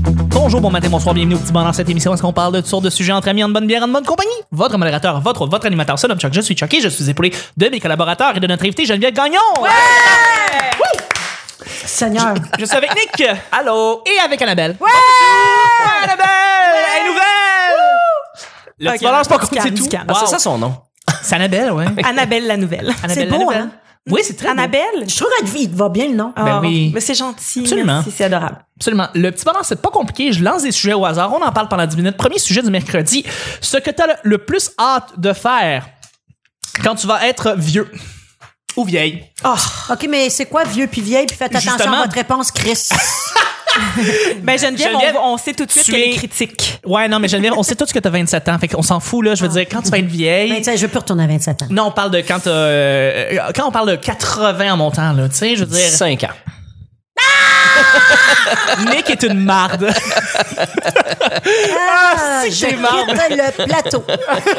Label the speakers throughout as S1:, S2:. S1: bon matin, bonsoir, bienvenue au petit bonheur. Cette émission, est-ce qu'on parle de toutes sortes de sujets entre amis, en bonne bière, en bonne compagnie? Votre modérateur, votre, votre animateur, c'est Chuck. Je suis Chuck et je suis épaulé de mes collaborateurs et de notre invité Geneviève Gagnon. Wouh!
S2: Seigneur.
S1: Je suis avec Nick. Allô. Et avec Annabelle. Ouais! Annabelle! Elle est nouvelle! Le
S2: Ok,
S1: petit bonheur, c'est pas
S2: du
S1: compliqué,
S2: calme,
S1: c'est
S2: du
S1: tout.
S2: calme.
S1: Wow.
S3: Ah, c'est ça son nom.
S1: C'est Annabelle, ouais.
S2: Annabelle la nouvelle.
S1: Annabelle,
S2: c'est beau,
S1: Annabelle.
S2: hein?
S1: Oui, c'est très beau.
S2: Annabelle?
S4: Je trouve qu'il va bien le nom.
S1: Ben
S2: Ah,
S1: oui.
S2: Mais c'est gentil.
S1: Absolument.
S2: merci, c'est adorable.
S1: Absolument. Le petit bonheur, c'est pas compliqué. Je lance des sujets au hasard. On en parle pendant 10 minutes. Premier sujet du mercredi. Ce que t'as le- le plus hâte de faire quand tu vas être vieux ou vieille.
S4: OK, mais c'est quoi vieux puis vieille? Puis faites attention
S1: Oh! Justement.
S4: à votre réponse, Chris.
S2: Ben Geneviève,
S1: Geneviève,
S2: on, on sait tout de suite
S1: tu
S2: qu'elle
S1: es-
S2: est critique.
S1: Ouais, non, mais Geneviève, on sait tous que t'as 27 ans. Fait qu'on s'en fout, là. Je veux dire, quand tu vas être
S2: Ben,
S1: vieille.
S4: 27, je veux plus retourner à 27 ans.
S1: Non, on parle de quand t'as, euh, quand on parle de 80 en montant, là. Tu sais, je veux dire.
S3: 5 ans.
S1: Nick est une marde.
S4: Ah,
S1: si,
S4: je
S1: t'es
S4: quitte
S1: marre.
S4: le plateau.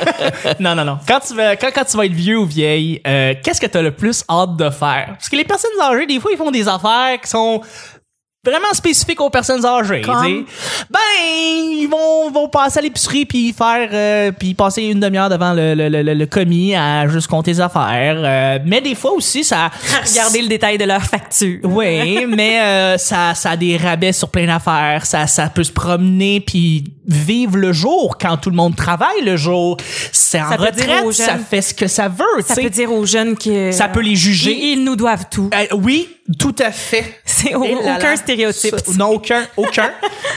S1: non, non, non. Quand tu vas, quand, quand tu vas être vieux ou vieille, euh, qu'est-ce que t'as le plus hâte de faire? Parce que les personnes âgées, des fois, ils font des affaires qui sont vraiment spécifiques aux personnes âgées.
S4: Comme?
S1: tu sais. Ben, ils vont, vont passer à l'épicerie puis faire, euh, puis passer une demi-heure devant le, le, le, le- le commis à juste compter les affaires. Euh, mais des fois aussi, ça,
S2: Regardez le détail de leur facture.
S1: oui, mais euh, ça, ça a des rabais sur plein d'affaires. Ça, ça peut se promener puis vivre le jour quand tout le monde travaille le jour. C'est en
S2: Ça peut dire
S1: retraite,
S2: aux
S1: ça
S2: jeunes-
S1: fait ce que ça veut. tu
S2: Ça
S1: sais.
S2: peut dire aux jeunes que.
S1: Ça peut les juger.
S2: Ils, ils nous doivent tout.
S1: Euh, oui, tout à fait.
S2: C'est au-
S1: Eh là
S2: aucun
S1: là.
S2: stéréotype.
S1: Ça- non, aucun, aucun.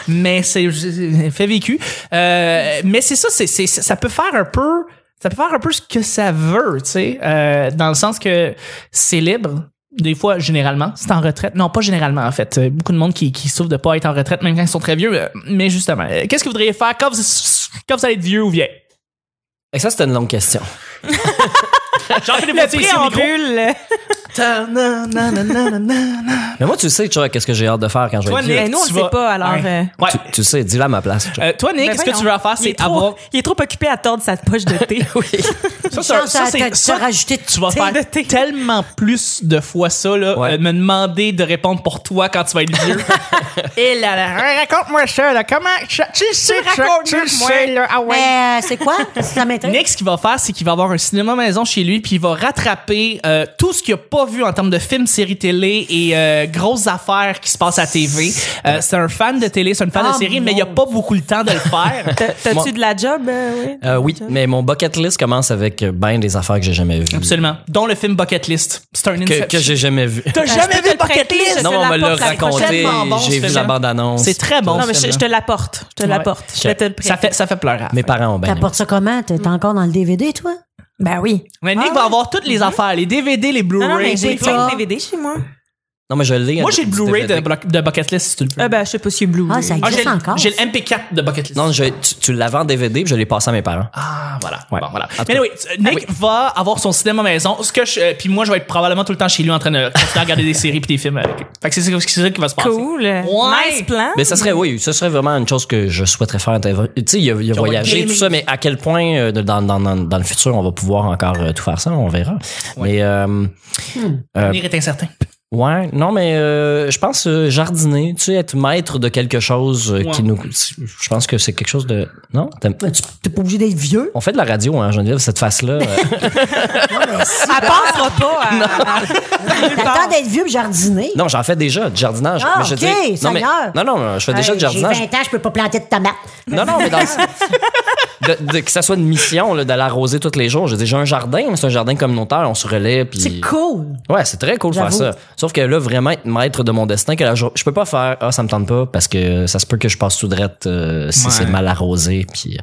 S1: mais c'est c'est fait vécu. Euh, mais c'est ça, c'est, c'est- ça peut faire un peu, ça peut faire un peu ce que ça veut, tu sais, euh, dans le sens que c'est libre. Des fois, généralement, c'est en retraite. Non, pas généralement, en fait. Euh, Beaucoup de monde qui, qui souffre de pas être en retraite, même quand ils sont très vieux. euh, Mais justement, euh, qu'est-ce que vous voudriez faire quand vous, quand vous allez être vieux ou vieille?
S3: Et ça, c'était une longue question.
S1: Jean-Philippe
S2: Le
S1: Gauthier, ici au micro.
S2: préambule.
S3: Mais moi, tu sais, Chuck, qu'est-ce que j'ai hâte de faire quand je vais
S1: Toi,
S3: être vieux.
S1: Nick,
S2: Ben, nous, on
S1: tu
S2: le sait
S1: vas-
S2: pas, alors, euh,
S1: Ouais. Ouais.
S3: Tu, tu le sais, dis-le à ma place, Chuck.
S1: Euh, toi, Nick,
S2: Ben
S1: qu'est-ce que
S2: voyons.
S1: tu veux faire?
S2: Il est
S1: C'est
S2: trop-
S1: avoir.
S2: Il est trop occupé à tordre sa poche de thé.
S1: Ça, c'est un-
S4: Ça,
S1: ça, c'est-
S4: ça,
S1: ça,
S4: rajouter de
S1: tu vas faire
S2: de thé.
S1: tellement plus de fois ça, là,
S3: Ouais.
S1: euh, me demander de répondre pour toi quand tu vas être vieux. Et là, là, raconte-moi ça, là, comment, tu sais,
S2: raconte-moi,
S1: là, ah
S4: Mais euh, c'est quoi? Ça m'intéresse.
S1: Nick, ce qu'il va faire, c'est qu'il va avoir un cinéma maison chez lui, puis il va rattraper euh, tout ce qu'il a pas vu en termes de films, séries télé et euh, grosses affaires qui se passent à TV. Euh, c'est un fan de télé, c'est un fan
S4: Ah,
S1: de série, mais
S4: mon
S1: il a pas beaucoup le temps de le faire.
S2: T'as- T'as-tu
S3: Moi-
S2: de la job? euh, oui.
S3: Euh, oui, mais mon bucket list commence avec euh, ben des affaires que j'ai jamais vues.
S1: Absolument. Dont le film Bucket List. C'est un
S3: Que, que
S1: inception.
S3: j'ai jamais vu.
S1: T'as
S2: Ben, je
S1: jamais
S2: peux
S1: vu
S2: te
S1: le
S2: le
S1: Bucket
S2: prêter,
S1: List?
S2: je
S3: Non, on
S2: la
S3: me l'a
S2: porte, la
S3: raconté.
S1: tellement bon, ce
S3: j'ai vu
S1: film-là.
S3: la bande-annonce.
S1: C'est très bon.
S2: Non,
S1: ce
S2: mais je, je
S1: film-là.
S2: te l'apporte. Je te l'apporte. Je vais te le prêter.
S1: Ça fait, ça fait pleurer.
S3: Mes parents ont bien aimé.
S4: T'apportes ça comment? T'es t'es encore dans le DVD, toi?
S2: Ben oui.
S1: Mais Nick
S2: Ah
S1: va
S2: ouais.
S1: avoir toutes les affaires, les DVD, les
S2: Non,
S1: Blu-ray.
S2: non, mais j'ai
S1: les
S2: plein de
S1: trucs.
S2: DVD chez moi.
S3: Non, mais je l'ai.
S1: Moi,
S3: euh,
S1: j'ai le
S3: du
S1: Blu-ray de,
S3: DVD.
S1: Bloc- de Bucket List, si tu le veux.
S2: Ah ben, je sais pas si blue.
S4: Ah, ça
S1: Ah,
S4: Euh, existe
S1: j'ai, le-
S4: encore.
S1: j'ai le MP4 de Bucket List.
S3: Non, je- tu, tu l'avais en DVD, puis je l'ai passé à mes parents.
S1: Ah, voilà.
S3: Ouais.
S1: Bon, voilà.
S3: En tout
S1: Mais
S3: cas. Ah
S1: anyway, tu- Nick va avoir son cinéma maison. Ce que je, euh, puis moi, je vais être probablement tout le temps chez lui en train de continuer à regarder des séries puis des films. avec. Fait que c'est, ça- c'est ça qui va se passer.
S2: Cool. Nice plan.
S3: Mais ça serait, oui, ça serait vraiment une chose que je souhaiterais faire. Tu sais, il y a, il y a voyagé, tout ça, mais à quel point euh, dans, dans, dans, dans le futur on va pouvoir encore euh, tout faire ça, on verra. Mais, euh,
S1: L'avenir est incertain.
S3: ouais, non, mais euh, je pense euh, jardiner, tu sais, être maître de quelque chose euh,
S1: Ouais.
S3: qui nous. Je pense que c'est quelque chose de. Non? T'aimes-
S4: Mais tu- T'es pas obligé d'être vieux.
S3: On fait de la radio, hein, Geneviève, cette face-là. euh,
S2: Elle passera pas à- à-
S4: T'attends d'être vieux puis jardiner.
S3: non, j'en fais déjà, du jardinage.
S4: Ah,
S3: mais je
S4: ok,
S3: dis- non, mais-
S4: Seigneur.
S3: non, non, je fais déjà
S4: Hey,
S3: du
S4: J'ai
S3: jardinage.
S4: 20 ans, je peux pas planter de tomates.
S3: Non, non, mais dans de- de- que ça soit une mission là, d'aller arroser tous les jours. Je dis, j'ai un jardin, mais c'est un jardin communautaire, on se relaie. Puis...
S4: C'est cool.
S3: Ouais, c'est très cool de faire
S4: J'avoue.
S3: ça. Sauf que là, vraiment être maître de mon destin, que là, je, je peux pas faire, ah, ça me tente pas, parce que ça se peut que je passe tout drette euh, si
S1: Ouais.
S3: c'est mal arrosé, puis euh,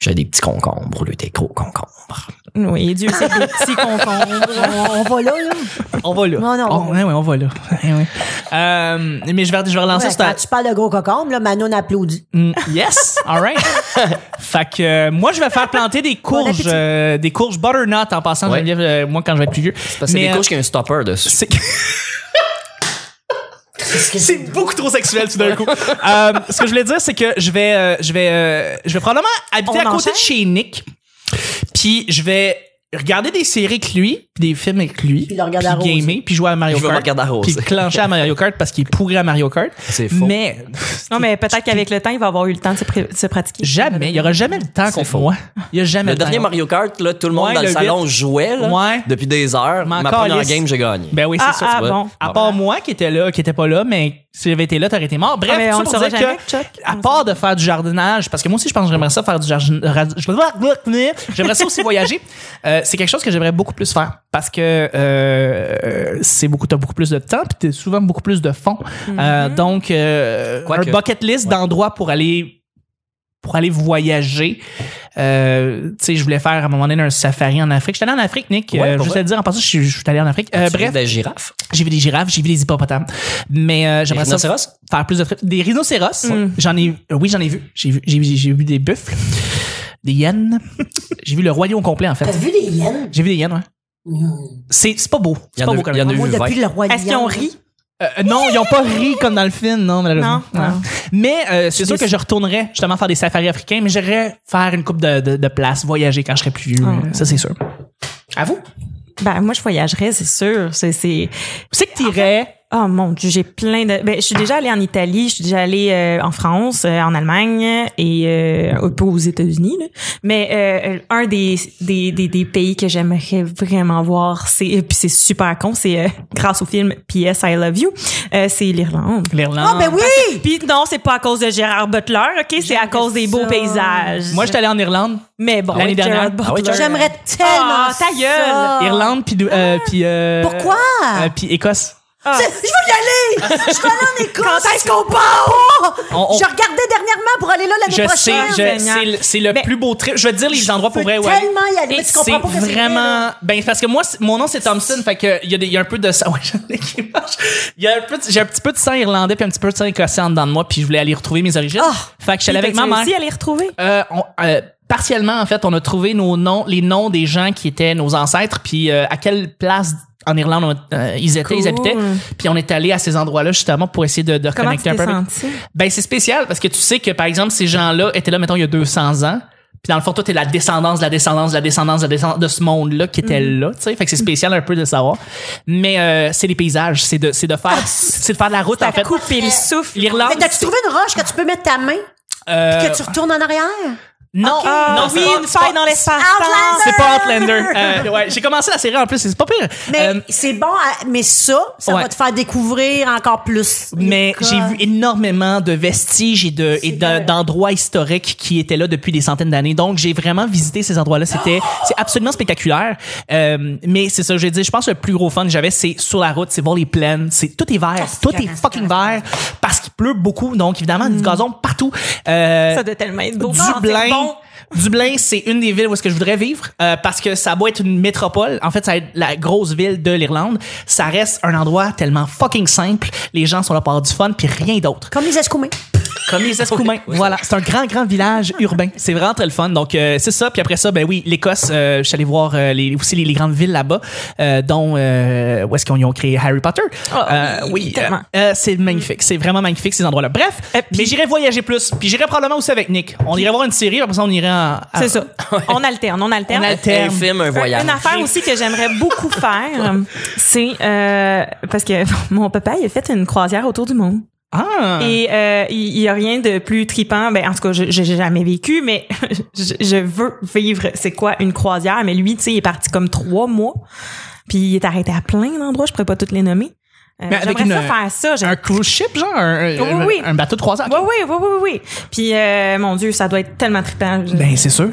S3: j'ai des petits concombres au lieu des gros concombres.
S2: Oui, Dieu sait des petits concombres.
S4: On, on va là, là.
S1: On va là.
S4: Non, non,
S1: Oh,
S4: on va.
S1: ouais, ouais, on va là. Ouais, ouais. Euh, mais je vais, je vais relancer
S4: Ouais,
S1: cette-
S4: quand tu parles de gros cocombes, là, Manon applaudit.
S1: Mm, Yes, all right. fait que euh, moi je vais faire planter des courges,
S4: appétit.
S1: euh, des courges butternut en passant.
S3: Ouais.
S1: Geneviève, euh, moi quand je vais être plus vieux.
S3: Parce que c'est
S1: Mais,
S3: des
S1: euh,
S3: couches qui ont un stopper dessus.
S1: c'est- C'est beaucoup trop sexuel tout d'un coup. Euh, ce que je voulais dire, c'est que je vais, euh, je vais, euh, je vais probablement habiter
S2: On
S1: à côté de
S2: enchaîne?
S1: chez Nick. Puis je vais regarder des séries avec lui, puis des films avec lui,
S4: Puis
S1: puis
S4: le regarder à Rose.
S1: gamer, puis jouer à Mario
S3: Je vais me
S1: Kart,
S3: regarder à Rose.
S1: puis clencher à Mario Kart parce qu'il est pourri à Mario Kart.
S3: C'est faux.
S1: Mais
S2: Non, mais peut-être qu'avec le temps, il va avoir eu le temps de se, pré- de se pratiquer.
S1: jamais, il y aura jamais le temps
S3: C'est
S1: contre
S3: faux.
S1: moi. Il y a jamais
S3: Le
S1: le temps
S3: dernier
S1: contre
S3: Mario Kart, là, tout le monde
S1: Ouais,
S3: dans le,
S1: le
S3: salon
S1: huit.
S3: jouait là,
S1: Ouais.
S3: depuis des heures.
S1: Mais
S3: Ma
S1: encore,
S3: première
S1: yes.
S3: game, j'ai gagné.
S1: Ben oui, c'est
S2: Ah,
S1: sûr.
S2: ah,
S3: tu vois.
S2: bon.
S1: À part moi qui était là, qui était pas là, mais si j'avais été là, t'aurais été mort. Bref,
S2: Ah, mais
S1: tout ça
S2: on le
S1: pour
S2: saura
S1: dire
S2: jamais,
S1: que,
S2: Chuck.
S1: à part de faire du jardinage, parce que moi aussi, je pense que j'aimerais ça faire du jardinage. J'aimerais ça aussi voyager. Euh, c'est quelque chose que j'aimerais beaucoup plus faire parce que euh, c'est beaucoup, t'as beaucoup plus de temps, puis t'as souvent beaucoup plus de fonds.
S2: Mm-hmm.
S1: Euh, donc, euh, un
S3: Quoique.
S1: bucket list d'endroits pour aller pour aller voyager. Euh, tu sais, je voulais faire à un moment donné un safari en Afrique. J'étais allé en Afrique, Nick.
S3: Ouais,
S1: Euh,
S3: pour
S1: juste
S3: vrai.
S1: à te dire, en passant, je suis, je suis allé en Afrique. Euh,
S3: Tu ris
S1: bref,
S3: des girafes.
S1: j'ai vu des girafes, j'ai vu des hippopotames. Mais euh, j'aimerais
S3: Des
S1: ça
S3: rhinocéros?
S1: faire plus de trips. Des rhinocéros.
S2: Mm.
S1: J'en ai euh, oui, j'en ai vu. J'ai vu j'ai vu, j'ai vu des buffles, des hyènes. j'ai vu le royaume complet en
S4: T'as
S1: fait.
S4: vu les hyènes?
S1: J'ai vu des hyènes, ouais. C'est c'est pas beau.
S3: Mmh. Il y
S1: C'est
S3: en
S1: pas
S3: a-
S1: beau quand
S3: il y en
S1: même.
S3: a eu
S4: Moi, depuis
S3: vingt.
S4: le roi
S2: Est-ce
S4: lion,
S2: qu'ils ont ri?
S1: Euh, non, ils ont pas ri comme dans le film, non, malheureusement.
S2: Non, non.
S1: Mais euh, c'est sûr
S2: déçue.
S1: que je retournerais justement faire des safaris africains, mais j'irais faire une coupe de, de, de places, voyager quand je serai plus vieux.
S2: Ah.
S1: Ça, c'est sûr. À vous.
S2: Ben, moi, je voyagerais, c'est sûr. C'est, c'est,
S1: C'est que t'irais.
S2: Oh mon dieu, j'ai plein de. Ben, je suis déjà allée en Italie, je suis déjà allée euh, en France, euh, en Allemagne et euh, un peu aux États-Unis. là. Mais euh, euh, un des, des, des, des pays que j'aimerais vraiment voir, c'est et puis c'est super con, c'est euh, grâce au film P.S. I Love You, euh, c'est l'Irlande.
S1: L'Irlande.
S4: Ah, ben oui!
S2: Puis non, c'est pas à cause de Gérard Butler, ok, c'est à cause des beaux
S4: ça.
S2: paysages.
S1: Moi, j'étais allé en Irlande.
S2: mais bon,
S1: l'année dernière.
S2: Gerard Butler.
S3: Ah oui, Chuck?
S4: J'aimerais tellement
S2: Ah, ta gueule.
S4: ça.
S1: Irlande, puis... de- euh, puis euh,
S4: Pourquoi?
S1: euh, puis Écosse.
S4: C'est- Je veux y aller! Je vais aller en Écosse! Quand est-ce qu'on part?
S1: On- on-
S4: Je regardais dernièrement pour aller là
S1: Je
S4: l'année
S1: sais,
S4: prochaine.
S1: je-
S2: Seigneur.
S1: c'est le- c'est le
S2: Mais-
S1: plus beau trip. Je vais te dire les endroits pour
S4: veux
S1: vrai. ouais.
S4: tellement y aller,
S1: Et
S4: mais tu comprends
S1: c'est
S4: pas que c'est vrai,
S1: vraiment.
S4: là.
S1: Ben, c'est parce que moi, c'est- mon nom c'est Thompson, fait que il y, a des- il y a un peu de sang. Ouais, j'en ai qui marche. Il y a un peu, de- j'ai un petit peu de sang irlandais puis un petit peu de sang écossais en dedans de moi, puis je voulais aller retrouver mes origines.
S4: Ah!
S1: fait que je suis allée avec ma
S2: Tu
S1: mère.
S2: réussis à les retrouver.
S1: Euh, on- euh, partiellement, en fait, on a trouvé nos noms, les noms des gens qui étaient nos ancêtres, puis euh, à quelle place en Irlande on- euh, ils étaient,
S2: Cool.
S1: ils habitaient. Puis on est allé à ces endroits-là justement pour essayer de, de
S2: Comment tu
S1: reconnecter
S2: t'es
S1: un peu. avec-
S2: senti?
S1: ben, c'est spécial parce que tu sais que, par exemple, ces gens-là étaient là, mettons, il y a 200 ans. Puis dans le fond, toi, t'es la descendance, la descendance, la descendance, la descendance de ce monde-là qui était
S2: Mm-hmm.
S1: là, tu sais. Fait que c'est spécial un peu de savoir. Mais euh, c'est les paysages, c'est de, c'est de
S2: Ah,
S1: faire, c'est de faire de la route, en fait.
S2: Couper le souffle.
S1: L'Irlande,
S4: Mais t'as-tu trouvé une roche que tu peux mettre ta main
S1: euh,
S4: que tu retournes en arrière?
S1: non,
S2: Ah,
S1: non,
S2: oui,
S1: c'est pas-
S2: une
S1: c'est pas-
S2: faille dans l'espace.
S4: Outlander!
S1: C'est pas Outlander. Euh, ouais, j'ai commencé la série en plus, c'est pas pire.
S4: Mais
S1: Euh,
S4: c'est bon, à- mais ça, ça
S1: Ouais.
S4: va te faire découvrir encore plus.
S1: mais j'ai vu énormément de vestiges et de et
S4: C'est
S1: de-
S4: vrai.
S1: d'endroits historiques qui étaient là depuis des centaines d'années. Donc j'ai vraiment visité ces endroits-là. C'était c'est absolument spectaculaire. Euh, mais c'est ça, j'ai dit. Je pense que le plus gros fun que j'avais, c'est sur la route, c'est voir les plaines. C'est tout est vert,
S4: Ah, c'est
S1: tout est
S4: carrément,
S1: fucking
S4: c'est carrément. Mm.
S1: vert parce qu'il pleut beaucoup. Donc évidemment du gazon partout. Euh,
S2: Ça doit tellement être beau. Non,
S1: Dublin.
S2: c'est bon.
S1: Dublin, c'est une des villes où est-ce que je voudrais vivre euh, parce que ça doit être une métropole. En fait, ça va être la grosse ville de l'Irlande. Ça reste un endroit tellement fucking simple. Les gens sont là pour avoir du fun puis rien d'autre.
S4: Comme les escoumins.
S1: Comme les Escoumins. voilà, c'est un grand grand village urbain. C'est vraiment très le fun. Donc euh, c'est ça. Puis après ça, ben oui, l'Écosse. euh, je suis allé voir euh, les, aussi les, les grandes villes là-bas, euh, dont euh, où est-ce qu'on y a créé Harry Potter.
S2: Ah, oui, tellement.
S1: euh, c'est magnifique. C'est vraiment magnifique ces endroits-là. Bref,
S2: Euh, puis-
S1: mais j'irai voyager plus. Puis j'irai probablement aussi avec Nick. On irait voir une série. Après ça, on irait. en- à-
S2: C'est ça. On alterne, on alterne.
S1: Ah. On
S3: Un
S1: alterne.
S3: film, un voyage.
S2: Une affaire aussi que j'aimerais beaucoup faire, c'est euh, parce que mon papa il a fait une croisière autour du monde
S1: Ah.
S2: et euh, il il y a rien de plus tripant. Ben en tout cas, je je- j'ai jamais vécu, mais je, je veux vivre. C'est quoi une croisière Mais lui, tu sais, il est parti comme trois mois, puis il est arrêté à plein d'endroits. Je pourrais pas toutes les nommer. Euh,
S1: Mais avec
S2: j'aimerais ça
S1: une-
S2: faire ça. J'aimerais
S1: un cruise ship, genre un,
S2: Oui,
S1: un-
S2: oui.
S1: un bateau de croisière.
S2: Oui, oui, oui, oui, oui. Puis, euh, mon Dieu, ça doit être tellement trippant. Je-
S1: Ben c'est sûr.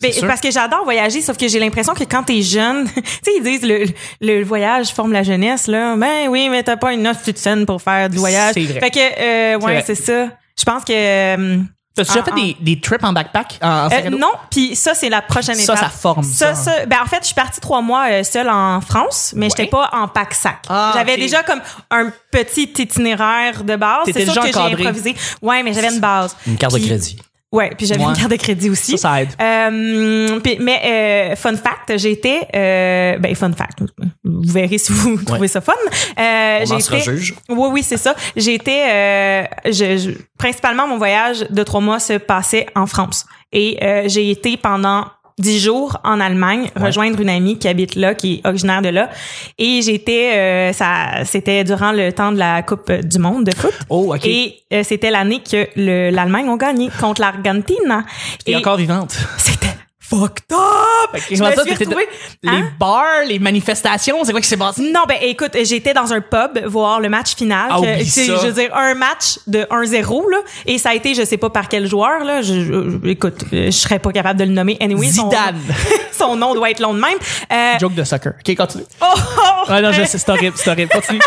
S2: Ben,
S1: c'est sûr.
S2: parce que j'adore voyager, sauf que j'ai l'impression que quand t'es jeune, tu sais, ils disent le, le voyage forme la jeunesse, là. Ben oui, mais t'as pas une noce toute saine pour faire du voyage.
S1: C'est vrai.
S2: Fait que, euh, ouais,
S1: C'est
S2: c'est ça. Je pense que... euh,
S1: T'as-tu déjà
S2: Ah,
S1: fait des, des trips en backpack? En, en sac
S2: euh,
S1: à dos?
S2: non, puis ça, c'est la prochaine
S1: Ça,
S2: étape.
S1: ça forme, ça.
S2: Ça, ça- ben en fait, je suis partie trois mois euh, seule en France, mais j'étais pas en pack-sac.
S1: Ah,
S2: j'avais
S1: ok.
S2: déjà comme un petit itinéraire de base.
S1: T'étais
S2: C'est sûr
S1: déjà
S2: que j'ai
S1: encadrée.
S2: improvisé. Ouais, mais j'avais une base.
S3: Une carte de
S2: Puis-
S3: crédit.
S1: Euh,
S2: Ouais, puis j'avais
S1: Ouais.
S2: une carte de crédit aussi.
S1: Ça, ça aide.
S2: Euh, puis- mais euh, fun fact, j'étais euh, ben fun fact. Vous verrez si vous trouvez ça fun. Euh,
S3: On en
S2: j'ai
S3: sera
S2: été-
S3: juge.
S2: Oui, oui, c'est ça. J'ai été euh, je- je- principalement mon voyage de trois mois se passait en France et euh, j'ai été pendant dix jours en Allemagne, rejoindre une amie qui habite là, qui est originaire de là. Et j'étais, euh, ça, c'était durant le temps de la Coupe du Monde de foot.
S1: Oh, ok.
S2: Et euh, c'était l'année que le- l'Allemagne a gagné contre l'Argentine.
S1: T'es encore vivante.
S2: c'était fucked up.
S1: Fait que
S2: je
S1: comment
S2: me
S1: ça,
S2: suis
S1: t'étais-
S2: retrouvée.
S1: Les
S2: Hein?
S1: bars, les manifestations, c'est quoi qui s'est passé?
S2: Non, ben écoute, j'étais dans un pub voir le match final.
S1: Ah,
S2: que,
S1: oublie
S2: tu sais,
S1: ça.
S2: Je veux dire, un match de 1-0, là, et ça a été, je sais pas par quel joueur, là. Je, je- écoute, euh, je serais pas capable de le nommer. Anyway, son-
S1: Zidane.
S2: Son, nom doit être long de même. Euh,
S1: Joke de soccer. Ok, continue.
S2: oh, oh,
S1: Ah non, je sais, c'est horrible, c'est horrible. Continue.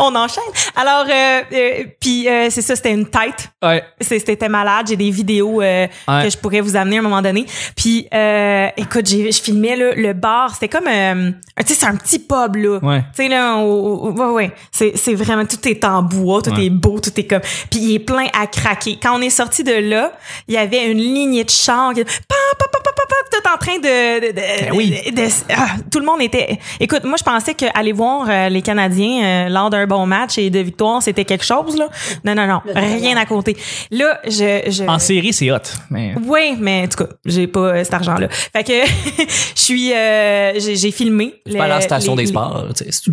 S2: on enchaîne. Alors, euh, euh, puis euh, c'est ça, c'était une tête
S1: Ouais.
S2: C'est- c'était malade j'ai des vidéos euh,
S1: Ouais.
S2: que je pourrais vous amener à un moment donné puis euh, écoute j'ai je filmais là, le bar c'était comme euh, tu sais c'est un petit pub là
S1: Ouais.
S2: tu sais là au- au- ouais ouais c'est c'est vraiment tout est en bois tout
S1: Ouais.
S2: est beau tout est comme puis il est plein à craquer quand on est sorti de là il y avait une lignée de chars qui- pa, pa, pa, pa, pa, pa, tout en train de, de, de-
S1: Ben oui.
S2: de- de- ah, tout le monde était écoute moi je pensais que aller voir euh, les Canadiens euh, lors d'un bon match et de victoire c'était quelque chose là non non non rien à compter là je, je
S1: En série, c'est hot. Mais...
S2: oui, mais en tout cas, j'ai pas euh, cet argent-là. Fait que je suis, euh, j'ai j'ai filmé.
S3: Pas à la
S2: le-
S3: station
S2: les-
S3: des sports, tu sais, c'est-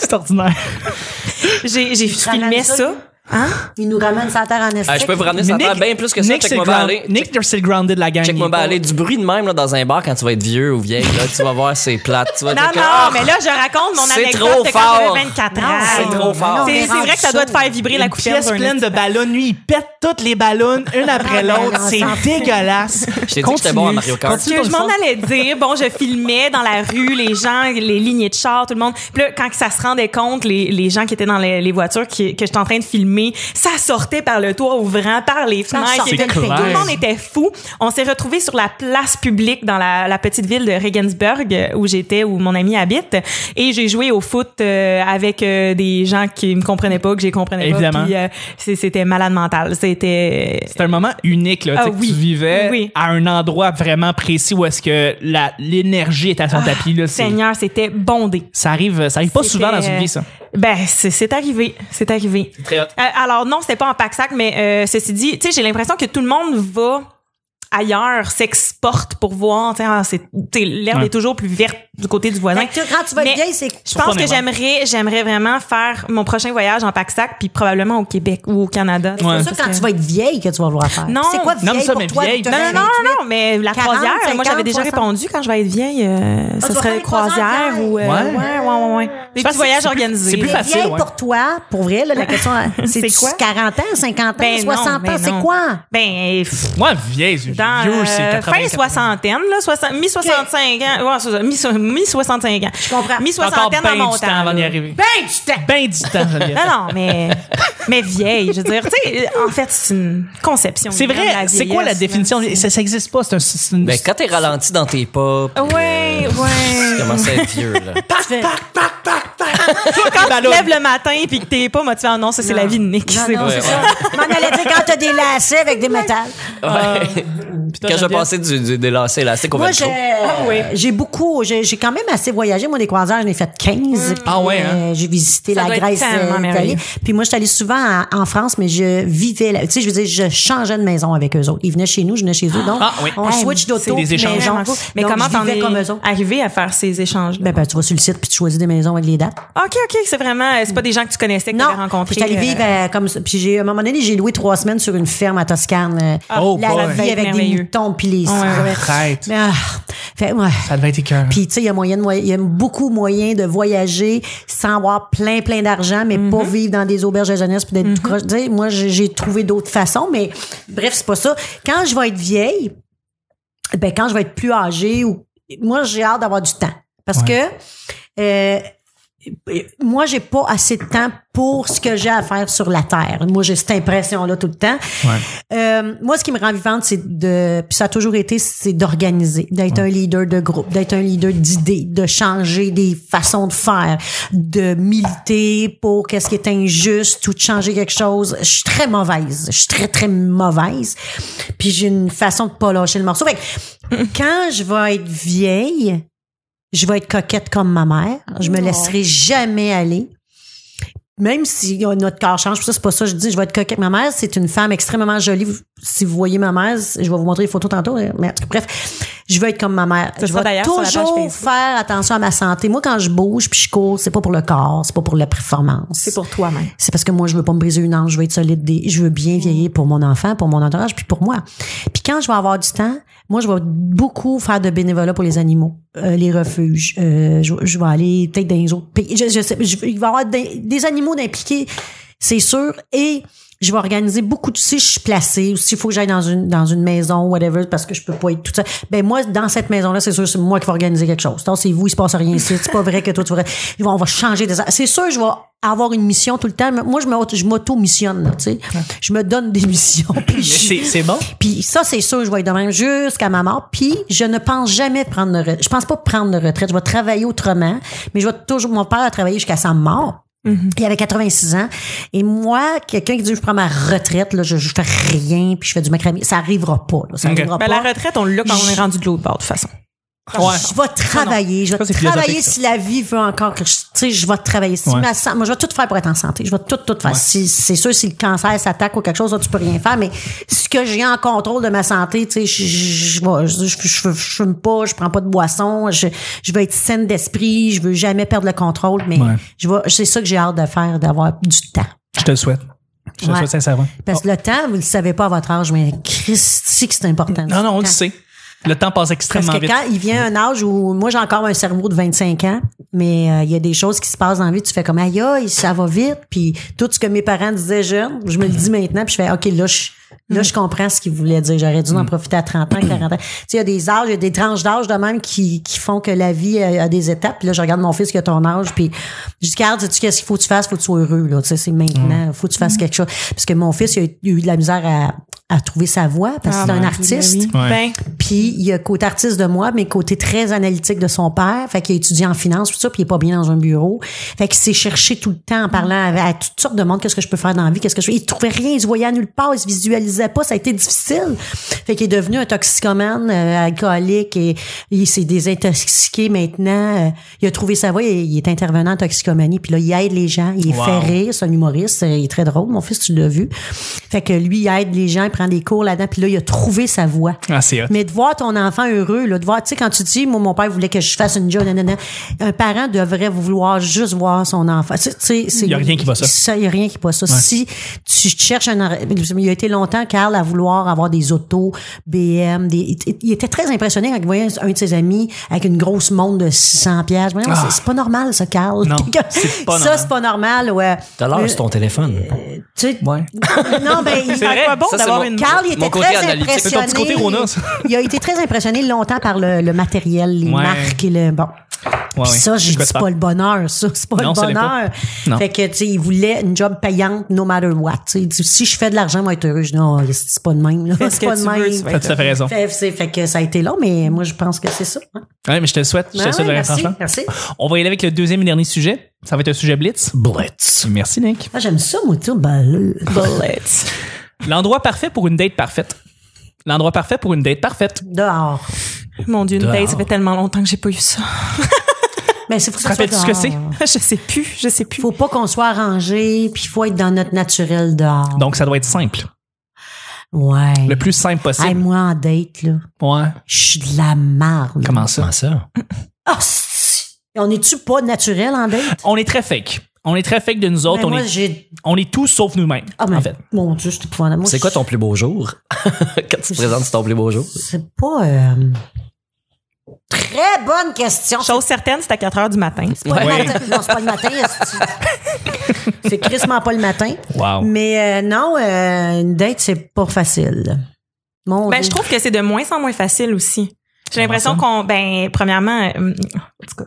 S1: C'est ordinaire.
S2: les- J'ai j'ai
S4: ramènes
S2: filmé
S4: ça,
S2: ça. Hein?
S4: lui? Il nous ramène sa terre en estrie.
S3: Ah, je peux vous ramener ça
S1: Nick-
S3: terre bien plus que ça.
S1: Nick, c'est
S3: Check-moi
S1: le
S3: bien
S1: ground-
S3: aller.
S1: Nick, c'est le grounded de la gang.
S3: Check-moi
S1: Il est
S3: bien aller. Du bruit de même là, dans un bar quand tu vas être vieux ou vieille. Là, tu vas voir, c'est plate. Tu vas
S2: Non,
S3: dire que-
S2: non,
S3: Ah!
S2: mais là, je raconte mon
S3: C'est
S2: anecdote
S3: trop
S2: de quand
S3: fort.
S2: j'avais 24 ans.
S3: c'est trop fort.
S2: Ah, C'est c'est vrai que ça doit te faire vibrer la
S1: une
S2: couverture.
S1: pièce pleine de ballons. Lui, il pète toutes les ballons, une
S2: Ah,
S1: après
S2: ben,
S4: Non,
S1: l'autre.
S4: non,
S1: C'est
S4: non.
S1: dégueulasse. Je
S3: t'ai dit que j'étais bon à Mario Kart.
S2: Ce que je m'en allais dire, bon, je filmais dans la rue les gens, les lignées de char, tout le monde. Puis là, quand ça se rendait compte, les, les gens qui étaient dans les, les voitures qui- que j'étais en train de filmer, ça sortait par le toit ouvrant, par les fenêtres.
S1: sortait
S2: Tout
S1: le
S2: le
S1: pédale.
S2: monde était fou. On s'est retrouvés sur la place publique dans la, la petite ville de Regensburg euh, où j'étais, où mon ami habite. Et j'ai joué au foot euh, avec euh, des gens qui me comprenaient pas, que j'ai comprenais
S1: Évidemment.
S2: pas. Puis, euh, c'est- c'était malade mental. C'était
S1: C'est un moment unique là, tu sais,
S2: Ah
S1: que
S2: oui,
S1: tu vivais
S2: oui.
S1: à un endroit vraiment précis où est-ce que la- l'énergie est à son tapis. Là, c'est-
S2: Ah, Seigneur, c'était bondé.
S1: ça arrive, ça arrive pas souvent dans une
S2: C'était-
S1: vie, ça.
S2: Ben, c'est c'est arrivé. C'est arrivé.
S3: Très hot.
S2: Euh, alors, non, c'était pas en pack-sac, mais euh, ceci dit, tu sais, j'ai l'impression que tout le monde va ailleurs, s'exporte pour voir. Tu sais, ah, c'est- tu sais, l'herbe
S1: Ouais.
S2: est toujours plus verte du côté du voisin.
S4: Fait que quand tu vas
S2: Mais
S4: être vieille, c'est
S2: Je pense que
S1: Spontanément.
S2: j'aimerais, j'aimerais vraiment faire mon prochain voyage en pack-sac, puis probablement au Québec ou au Canada.
S1: Ouais.
S4: c'est ça quand tu vas être vieille que tu vas vouloir faire.
S2: Non.
S4: C'est quoi
S1: Non,
S4: vieille
S1: mais ça,
S4: pour
S1: mais
S4: toi,
S1: vieille,
S2: Non,
S4: Victoria
S2: non, non,
S4: 28?
S2: non, mais la
S4: 40,
S2: croisière, moi j'avais déjà
S4: 50,
S2: répondu quand je vais être vieille, euh,
S4: Ah,
S2: ce
S4: tu vas faire
S2: serait
S4: une
S2: une croisière
S4: croisière.
S2: ou euh,
S1: Ouais.
S2: ouais, ouais, ouais, ouais. Des
S1: pense
S2: petits
S1: que
S2: voyages
S1: c'est plus-
S2: organisés.
S1: c'est plus
S2: là.
S1: facile,
S4: Vieille
S1: ouais.
S4: pour toi, pour vrai, là, la question, c'est
S2: C'est quoi?
S4: 40 ans, 50 ans,
S2: Ben non,
S4: 60 ans,
S2: ben
S4: c'est
S2: non.
S4: quoi?
S2: Ben, pff,
S1: Moi, vieille, vieux,
S2: dans
S1: c'est
S2: euh,
S1: 80,
S2: fin
S1: 80.
S2: soixantaine, là, soixante- mi-65 ans. Ouais, c'est ça, mi- so- mi-65 ans. Je
S4: comprends.
S1: Encore
S2: Mi-soixantaine
S1: ben
S2: en
S1: du temps
S2: montant.
S1: avant d'y
S2: là.
S1: arriver.
S4: Ben, je t'ai-
S1: Ben du temps, Geneviève.
S2: Non, non, mais, mais vieille, je veux dire. Tu sais, en fait, c'est une conception.
S1: C'est
S2: de
S1: vrai, c'est quoi la
S2: vieillesse, là.
S1: définition? de- Ça n'existe pas, c'est un... c'est une-
S3: Ben, quand t'es ralenti dans tes pas, pis
S2: Ouais,
S3: tu
S2: ouais.
S3: commences à être vieux, là.
S2: Toi, quand tu te lèves le matin puis que t'es pas motivé, ah non, ça, c'est
S4: Non.
S2: la vie de Nick.
S4: Non,
S2: c'est
S4: non,
S2: bon.
S4: c'est
S3: Ouais,
S4: ça. Je m'en allais dire quand t'as des lacets avec des métals.
S3: Ouais.
S1: toi,
S3: Quand je
S1: Geneviève?
S3: passais du, du, des lacets élastiques au
S4: Moi,
S3: velcro.
S4: j'ai
S1: Ah
S4: j'ai beaucoup, j'ai j'ai quand même assez voyagé. Moi, des croisières, j'en ai fait 15. Puis,
S1: Ah ouais, hein?
S4: euh, j'ai visité
S2: Ça doit
S4: la
S2: être
S4: Grèce,
S2: tellement
S4: euh, l'Italie.
S2: merveilleux.
S4: Puis moi, je suis allée souvent à- en France, mais je vivais, là- tu sais, je veux dire, je changeais de maison avec eux autres. Ils venaient chez nous, je venais chez eux. Donc,
S1: Ah oui.
S4: on
S1: Hey,
S4: switch
S1: c'est
S4: d'auto,
S1: des échanges.
S4: maison.
S2: Vraiment. Mais
S4: Donc,
S2: comment
S4: je
S2: t'en
S4: vivais
S2: es
S4: comme eux autres.
S2: arrivé à faire ces échanges Ben,
S4: Ben, ben, tu vas sur le site puis tu choisis des maisons avec les dates.
S2: OK, OK, c'est vraiment... euh, C'est pas des gens que tu connaissais, que
S4: Non,
S2: t'avais rencontrés.
S4: je suis allée
S2: euh,
S4: vivre euh, comme ça. Puis j'ai, à un moment donné, j'ai loué trois semaines sur une ferme à Toscane. euh,
S1: Oh,
S4: la
S1: boy.
S4: vie avec des
S2: Merveilleux.
S4: moutons puis les.
S2: ouais.
S1: Arrête.
S4: Mais, ah, fait, ouais.
S1: Ça devait être écœurant.
S4: Puis tu sais, il y a moyen de moy- il y a beaucoup moyen de voyager sans avoir plein plein d'argent, mais pas vivre dans des auberges de jeunesse puis d'être tout croche. Tu sais, moi j'ai j'ai trouvé d'autres façons, mais bref c'est pas ça. Quand je vais être vieille, ben quand je vais être plus âgée ou moi j'ai hâte d'avoir du temps parce que euh, moi, j'ai pas assez de temps pour ce que j'ai à faire sur la Terre. Moi, j'ai cette impression-là tout le temps. Euh, moi, ce qui me rend vivante, c'est de, puis ça a toujours été, c'est d'organiser, d'être un leader de groupe, d'être un leader d'idées, de changer des façons de faire, de militer pour qu'est-ce qui est injuste ou de changer quelque chose. Je suis très mauvaise. Je suis très, très mauvaise. Puis j'ai une façon de pas lâcher le morceau. Fait que quand je vais être vieille,
S2: Ah
S4: je vais être coquette comme ma mère. Je me laisserai jamais aller. même si euh, notre corps change, ça, c'est pas ça, que je dis, je vais être coquette avec ma mère, c'est une femme extrêmement jolie. Vous- Si vous voyez ma mère, je vais vous montrer les photos tantôt, hein, mais en tout cas, bref, je veux être comme ma mère.
S2: Ce
S4: je
S2: sera
S4: vais
S2: d'ailleurs sur la page
S4: toujours
S2: Facebook.
S4: faire attention à ma santé. Moi, quand je bouge puis je cours, c'est pas pour le corps, c'est pas pour la performance.
S2: C'est pour toi-même.
S4: C'est parce que moi, je veux pas me briser une hanche, je veux être solide. des- Je veux bien vieillir pour mon enfant, pour mon entourage, puis pour moi. Puis quand je vais avoir du temps, moi, je vais beaucoup faire de bénévolat pour les animaux, euh, les refuges. Euh, je, je vais aller peut-être dans les autres pays. Je, je sais- je- il va y avoir des, des animaux d'impliqués, c'est sûr. Et je vais organiser beaucoup de si je suis placée ou s'il faut que j'aille dans une dans une maison whatever parce que je peux pas être tout ça ben moi dans cette maison là c'est sûr c'est moi qui vais organiser quelque chose donc c'est vous il se passe rien ici c'est pas vrai que toi tu vas Ils vont- on va changer des c'est sûr je vais avoir une mission tout le temps Mais moi je me je m'auto missionne tu sais je me donne des missions puis
S1: Mais
S4: je-
S1: c'est c'est bon.
S4: puis ça, c'est sûr, je vais être de même jusqu'à ma mort. Puis je ne pense jamais prendre de retraite. Je pense pas prendre de retraite. Je vais travailler autrement, mais je vais toujours. Mon père a travaillé jusqu'à sa mort. Il avait 86 ans. Et moi, quelqu'un qui dit je prends ma retraite, là, je, je fais rien, puis je fais du macramé, ça arrivera pas. là. ça
S1: Ok.
S4: arrivera
S2: Ben,
S4: pas.
S2: la retraite, on l'a quand on est rendu de l'autre bord, de toute façon.
S1: Ouais.
S4: Je vais travailler. Je
S1: Ça,
S4: vais
S1: c'est
S4: travailler
S1: philosophique, ça.
S4: si la vie veut encore que je, tu sais, je vais travailler. Si
S1: Ouais.
S4: ma san- moi, je vais tout faire pour être en santé. Je vais tout, tout faire. Si- c'est sûr, si le cancer s'attaque ou quelque chose, là, tu peux rien faire, mais ce que j'ai en contrôle de ma santé, tu sais, je, je, je, vais- je, je- je- je fume pas, je prends pas de boisson, je, je vais être saine d'esprit, je veux jamais perdre le contrôle, mais
S1: Ouais.
S4: je vais, c'est ça que j'ai hâte de faire, d'avoir du temps.
S1: Je te le souhaite. Je te le
S4: Ouais.
S1: souhaite sincèrement.
S4: Parce que le temps, vous le savez pas à votre âge, mais Christi que c'est important.
S1: Non, non, on
S4: Le
S1: le
S4: temps.
S1: sait. Le temps passe
S4: Parce
S1: extrêmement
S4: que
S1: vite.
S4: quand il vient un âge où moi j'ai encore un cerveau de 25 ans, mais euh, il y a des choses qui se passent dans la vie, tu fais comme aïe aïe, ça va vite, puis tout ce que mes parents disaient jeunes, je me le dis maintenant, puis je fais OK, là je là je comprends ce qu'ils voulaient dire, j'aurais dû
S1: Mm.
S4: en profiter à 30 ans, 40 ans. Tu sais il y a des âges, il y a des tranches d'âge de même qui, qui font que la vie euh, a, a des étapes, puis là je regarde mon fils qui a ton âge, puis je dis Carl, sais-tu qu'est-ce qu'il faut que tu fasses, faut que tu sois heureux là, tu sais c'est
S1: Mm.
S4: maintenant, faut que tu fasses quelque chose parce que mon fils il a eu- il a eu de la misère à, à trouver sa voie parce que
S1: Ah,
S4: c'est un artiste.
S1: Ouais.
S2: Ben,
S4: Puis il y a côté artiste de moi, mais côté très analytique de son père. Fait qu'il a étudié en finance, tout ça, puis il est pas bien dans un bureau. Fait qu'il s'est cherché tout le temps en parlant à, à toutes sortes de monde, qu'est-ce que je peux faire dans la vie, qu'est-ce que je fais. Il trouvait rien, il se voyait à nulle part, il se visualisait pas, ça a été difficile. Fait qu'il est devenu un toxicomane, euh, alcoolique, et il s'est désintoxiqué maintenant. Euh, il a trouvé sa voie, il, il est intervenant en toxicomanie, puis là, il aide les gens, il est
S1: Wow.
S4: fait rire, c'est un humoriste, euh, il est très drôle, mon fils, tu l'as vu. Fait que lui, il aide les gens, il prend des cours là-dedans, puis là, il a trouvé sa voie.
S1: Ah, c'est hot.
S4: Mais de voir ton enfant heureux, là, de voir, tu sais, quand tu dis, moi, mon père voulait que je fasse une job, nanana, un parent devrait vouloir juste voir son enfant. Tu sais, c'est-
S1: Il y a rien qui va ça.
S4: Ça, il y a rien qui va ça. Si tu cherches un, or- il a été longtemps, Carl, à vouloir avoir des autos, BM, des, il- il était très impressionné quand il voyait un de ses amis avec une grosse montre de 600 pièges.
S1: Ah.
S4: C'est pas normal, ça, Carl.
S1: Non, c'est pas
S4: Ça,
S1: normal.
S4: c'est pas normal, ouais.
S3: Tout à l'heure,
S4: Mais,
S3: c'est ton téléphone.
S4: tu sais,
S1: Ouais.
S4: non, ben, il-
S1: C'est vrai.
S2: quoi bon
S3: Ça, c'est
S2: d'avoir
S3: mon-
S2: une.
S4: Carl, il
S3: Mon
S4: était
S3: côté
S4: très
S3: analytique.
S1: C'est ton
S4: impressionné.
S1: petit côté Rona, ça.
S4: Il a été très impressionné longtemps par le, le matériel, les
S1: Ouais.
S4: marques et le bon.
S1: Ouais,
S4: Puis
S1: ouais.
S4: ça,
S1: Je
S4: j'ai dit,
S1: comprends.
S4: c'est pas le bonheur, ça. C'est pas
S1: Non,
S4: le
S1: ça l'est
S4: bonheur.
S1: pas. Non.
S4: Fait que, tu sais, il voulait une job payante, no matter what. Tu sais, il dit, si je fais de l'argent, moi, être heureux. Je dis, non, c'est pas de même, là.
S2: Qu'est-ce
S4: C'est pas
S2: que
S4: de
S2: tu
S4: même.
S2: veux, tu vas
S1: T'as tout à fait raison.
S4: fait, c'est- fait que ça a été long, mais moi, je pense que c'est ça. hein.
S1: Ouais, mais je te le souhaite. Je te
S4: Ah
S1: le souhaite,
S4: ouais, merci,
S1: franchement.
S4: merci.
S1: On va y aller avec le deuxième et dernier sujet. Ça va être un sujet blitz. Blitz. Merci, Nick.
S4: Ah, j'aime ça, moi, tout. Ben, là.
S2: Bullets.
S1: L'endroit parfait pour une date parfaite. L'endroit parfait pour une date parfaite.
S4: dehors.
S2: Mon Dieu, une
S3: Dehors.
S2: date, ça fait tellement longtemps que j'ai pas eu ça.
S4: Mais Ben, c'est pour ça
S1: Rappelles-tu ce que c'est?
S2: je sais plus, je sais plus.
S4: Faut pas qu'on soit arrangé, puis faut être dans notre naturel dehors.
S1: Donc, ça doit être simple.
S4: ouais.
S1: Le plus simple
S4: Hey,
S1: possible.
S4: moi, en date, là,
S1: Ouais.
S4: je suis de la marde.
S1: Comment ça?
S3: Comment ça?
S4: Ah, si! on est-tu pas naturel en date?
S1: On est très fake. On est très fake de nous autres.
S4: Ben,
S1: on,
S4: moi,
S1: est,
S4: j'ai.
S1: on est tous sauf nous-mêmes.
S2: Oh,
S4: Ah, mais
S1: En fait.
S4: mon Dieu, c'est épouvantable. Moi,
S3: C'est quoi
S4: je-
S3: ton plus beau jour? Quand tu te présentes, c'est ton plus beau jour.
S4: C'est pas. euh, Très bonne question.
S2: Chose certaine, c'est à 4 heures du matin.
S4: C'est pas,
S1: Ouais.
S4: le matin. Non, c'est pas le matin. est-ce que- C'est crissement pas le matin.
S1: Wow.
S4: Mais euh, non, euh, une date, c'est pas facile. Mon
S2: Ben,
S4: Dieu.
S2: je trouve que c'est de moins en moins facile aussi. J'ai
S1: Comment
S2: l'impression
S1: ça?
S2: qu'on, ben, premièrement, euh, en tout cas,